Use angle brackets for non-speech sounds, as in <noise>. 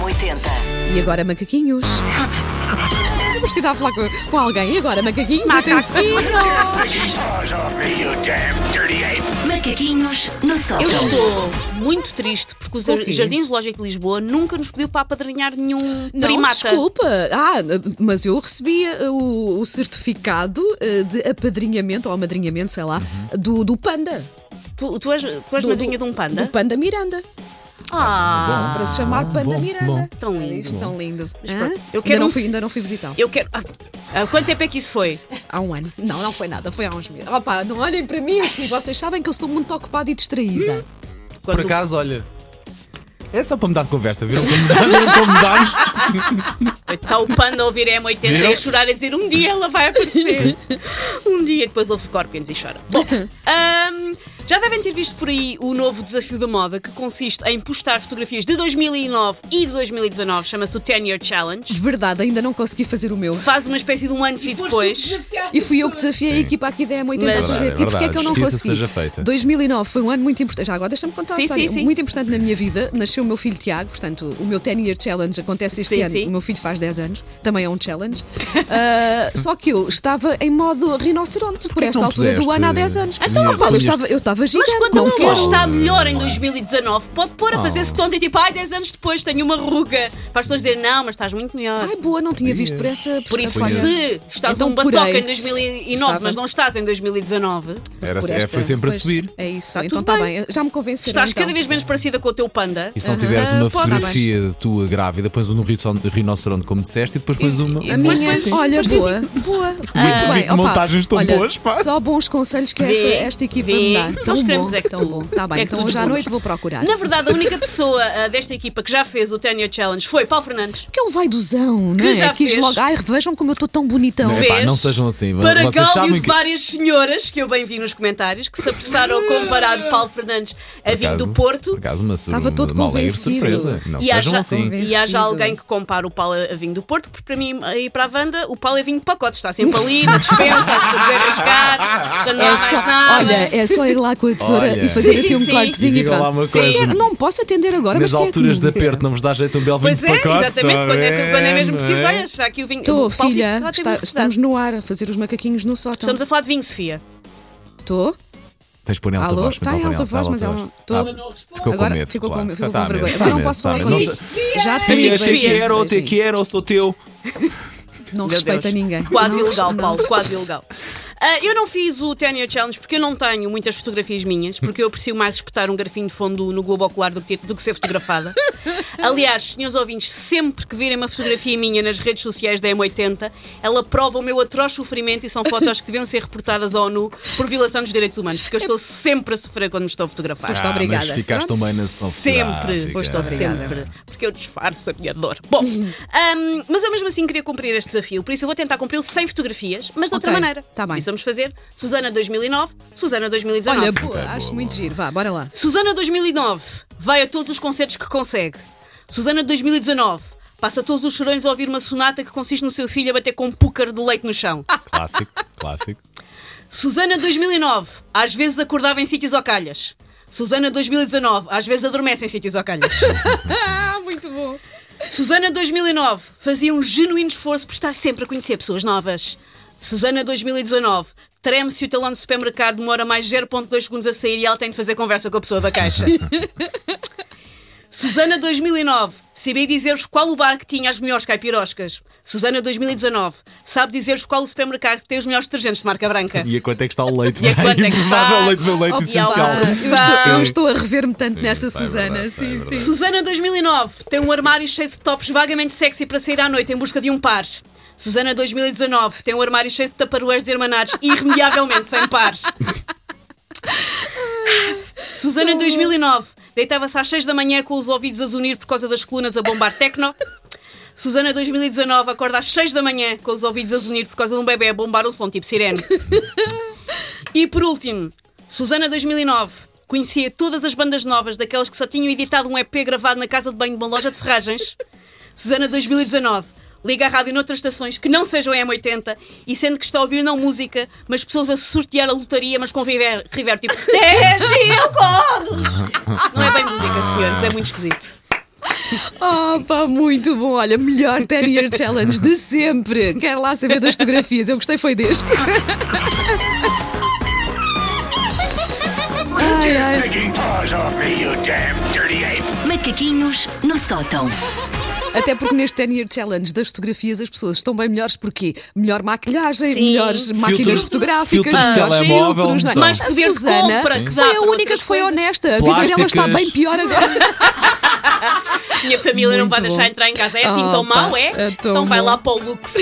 80. E agora <laughs> macaquinhos. Eu preciso a falar com, com alguém. E agora macaquinhos, atenção. paws off me, you damn dirty ape! Macaquinhos no sótão. <laughs> Eu estou muito triste porque o Por quê? Jardim Zoológico de Lisboa nunca nos pediu para apadrinhar nenhum Não, primata. desculpa. Ah, mas eu recebi eh, o, o certificado eh, de apadrinhamento ou amadrinhamento, sei lá, do, do Panda. Tu, tu és, tu és Do- madrinha do- de um Do panda? Panda Miranda. Ah, Para se chamar Panda bom, Miranda. bom. Tão lindo. É Isto tão lindo. Mas Hã? pronto, eu ainda, quero não um- fui, ainda não fui visitar. eu quero. Ah, há quanto tempo é que isso foi? Há um ano. Não, não foi nada. Foi há uns meses. Opa, não olhem para mim assim. Vocês sabem que eu sou muito ocupada e distraída. Quando- Por acaso, olha. É só para mudar de conversa, <laughs> viram como, viram como mudámos? Está o panda a ouvir a M80 e a Viram? chorar e dizer um dia ela vai aparecer. um dia, depois ouve Scorpions e chora. Bom, ahm, já devem ter visto por aí o novo desafio da moda que consiste em postar fotografias de 2009 e de 2019, chama-se o 10 Year Challenge. Verdade, ainda não consegui fazer o meu. Faz uma espécie de um antes e depois. E fui eu que desafiei a equipa aqui da M80 a Mas- fazer. Verdade, e porquê é que eu não verdade. Justiça consegui? seja feita. 2009 foi um ano muito importante. Já agora deixa-me contar Sim, a história. sim, sim. Muito importante na minha vida. Nasceu o meu filho Tiago, portanto, o meu 10 year challenge acontece este Sim, ano. sim. O meu filho faz 10 anos, também é um challenge. <laughs> Ah, só que eu estava em modo rinoceronte por que esta não altura do puseste ano há 10 anos. punhas- Então, Paulo, eu punhas-te- estava, eu estava gigante. Mas quando a não pessoa quero. está melhor é. em 2019, pode pôr a fazer-se tonta e tipo, ai, 10 anos depois tenho uma ruga. Para as pessoas dizerem, não, mas estás muito melhor. Ai, boa, não tinha visto por essa Por isso, olha, é. se estás então um batoca porei. em 2009, Estava. mas não estás em 2019, Era, Por é, esta- foi sempre a pois, subir. É isso, Está então tudo está bem. bem. Já me convenceram. estás então. cada vez menos parecida com o teu panda. E se não tiveres tá uma pode- fotografia tua grávida, pões um no rino- rinoceronte, como disseste, e depois pões uma. A uma minha, assim. olha, boa, boa. Muito vi que montagens tão olha, boas, pá. Só bons conselhos que esta, Vê, esta equipa vê. me dá. Nós Tão queremos bom, é que tão tu- bom. Tá bem, é que então tu hoje à divulgues. noite vou procurar. Na verdade, a única pessoa ah, desta equipa que já fez o 10 Year Challenge foi Paulo Fernandes. Porque é um vaiduzão, não Que é? já Quis fez. logo, ai, vejam como eu estou tão bonitão. Não, Vê. epá, vez, não sejam assim. vo- Para Vocês gáudio sabem de que. várias senhoras, que eu bem vi nos comentários, que se apressaram a comparar <laughs> o Paulo Fernandes a vir do Acaso- Porto. por acaso, uma, sur- Estava uma, todo uma alegre convencido. surpresa. Não E sejam haja, assim. e haja Convencido. alguém que compara o Paulo a vinho do Porto, porque para mim, aí para a Wanda, o Paulo é vinho de pacote, está sempre ali, na dispensa, a fazer rascar, quando não É há só, mais nada. olha, é só ir lá com a tesoura Olha. e fazer Sim, assim um sim. cortezinho E e diga lá pronto. uma Sim, coisa. é, Não posso atender agora, mas Nas quem é que alturas me de liga? aperto, não vos dá jeito um belo vinho Pois de é, pacote. exatamente, tá quando é, que- quando é mesmo bem, preciso, não é? olha, está aqui o vinho. Estou, o Paulo filha, Ricardo é está- muito estamos verdade. no ar a fazer os macaquinhos no sótão. Estamos a falar de vinho, Sofia. Estou? Tens de pôr em alta Alô? voz. Está então, em põe alta voz, mas alta ela voz. Tô- Ah, Ficou Agora com medo. ficou com- claro. ficou com Tá, tá, vergonha. medo, Agora não medo, posso tá, falar medo. contigo. Não sei- Já te fiz Sim, te beijinho, quero, te beijinho. quero, sou teu. Não Meu respeita Deus. ninguém. Quase É. Não, ilegal, não. Paulo, quase ilegal. Ah, eu não fiz o 10 Year Challenge porque eu não tenho muitas fotografias minhas, porque eu aprecio mais espetar um garfinho de fundo no globo ocular do que, ter- do que ser fotografada. Aliás, senhores ouvintes, sempre que virem uma fotografia minha nas redes sociais da M80, ela prova o meu atroz sofrimento e são fotos que deviam ser reportadas à ONU por violação dos direitos humanos, porque eu estou sempre a sofrer quando me estou a fotografar. Foste obrigada. Ah, Mas ficaste tão bem na sessão Sempre, fotográfica. foste obrigada. sempre. Porque eu disfarço a minha dor. Bom, ahm, mas eu mesmo assim queria cumprir este desafio, por isso eu vou tentar cumpri-lo sem fotografias, mas de outra Ok, maneira. tá bem. Isso vamos fazer Susana 2009, Susana 2019. Olha, boa, Ok, boa, acho boa, muito boa. giro. Vá, bora lá. Susana 2009 vai a todos os concertos que consegue. Susana 2019 passa todos os chorões a ouvir uma sonata que consiste no seu filho a bater com um púcar de leite no chão. Ah! Clássico, clássico. Susana 2009 às vezes acordava em sítios ou calhas. Susana 2019 às vezes adormece em sítios ou calhas. Ah, É muito bom. Susana 2009 fazia um genuíno esforço por estar sempre a conhecer pessoas novas. Susana 2019 treme se o talão do supermercado demora mais 0.2 segundos a sair e ela tem de fazer conversa com a pessoa da caixa. Susana 2009 sabia dizer-vos qual o bar que tinha as melhores caipiroscas. Susana 2019 sabe dizer-vos qual o supermercado que tem os melhores detergentes de marca branca. E a quanto é que está o leite? E a quanto é que <laughs> Imprestável está? leite, meu leite Opa, essencial. lá. Eu Sim. estou, eu estou a rever-me tanto Sim, nessa tá, é Susana. verdade, tá, é sim, verdade. sim. Susana 2009 tem um armário cheio de tops vagamente sexy para sair à noite em busca de um par. Susana 2019 tem um armário cheio de taparués desarmanados irremediavelmente sem par. Susana 2009 deitava-se às 6 da manhã com os ouvidos a zunir por causa das colunas a bombar tecno. Susana 2019 acorda às 6 da manhã com os ouvidos a zunir por causa de um bebê a bombar um som tipo sirene. E por último, Susana 2009 conhecia todas as bandas novas, daquelas que só tinham editado um EP gravado na casa de banho de uma loja <laughs> de ferragens. Susana 2019 liga a rádio noutras estações que não sejam M80 e sente que está a ouvir não música, mas pessoas a sortear a lotaria, mas com River, River <laughs> tipo 10 mil contos! Não é bem música, senhores, é muito esquisito. Oh, pá, muito bom. Olha, melhor 10 <laughs> Year Challenge de sempre. Quero lá saber das fotografias. Eu gostei, foi <laughs> deste. Take your stinking paws off me, you damn dirty ape! Macaquinhos no sótão. Até porque neste 10 Year Challenge das fotografias as pessoas estão bem melhores. Porquê? Melhor maquilhagem, Sim. melhores máquinas Filtros- fotográficas, filtros de melhores telemóvel, filtros. não é? então. Mais A poder de Susana compra que dá foi a para única outras que foi coisas. honesta. A vida dela está Plásticas. bem pior agora. Minha família não Muito vai bom. deixar entrar em casa. É assim Oh, tão pá, mau, é? é tão então vai bom. lá para o Lux.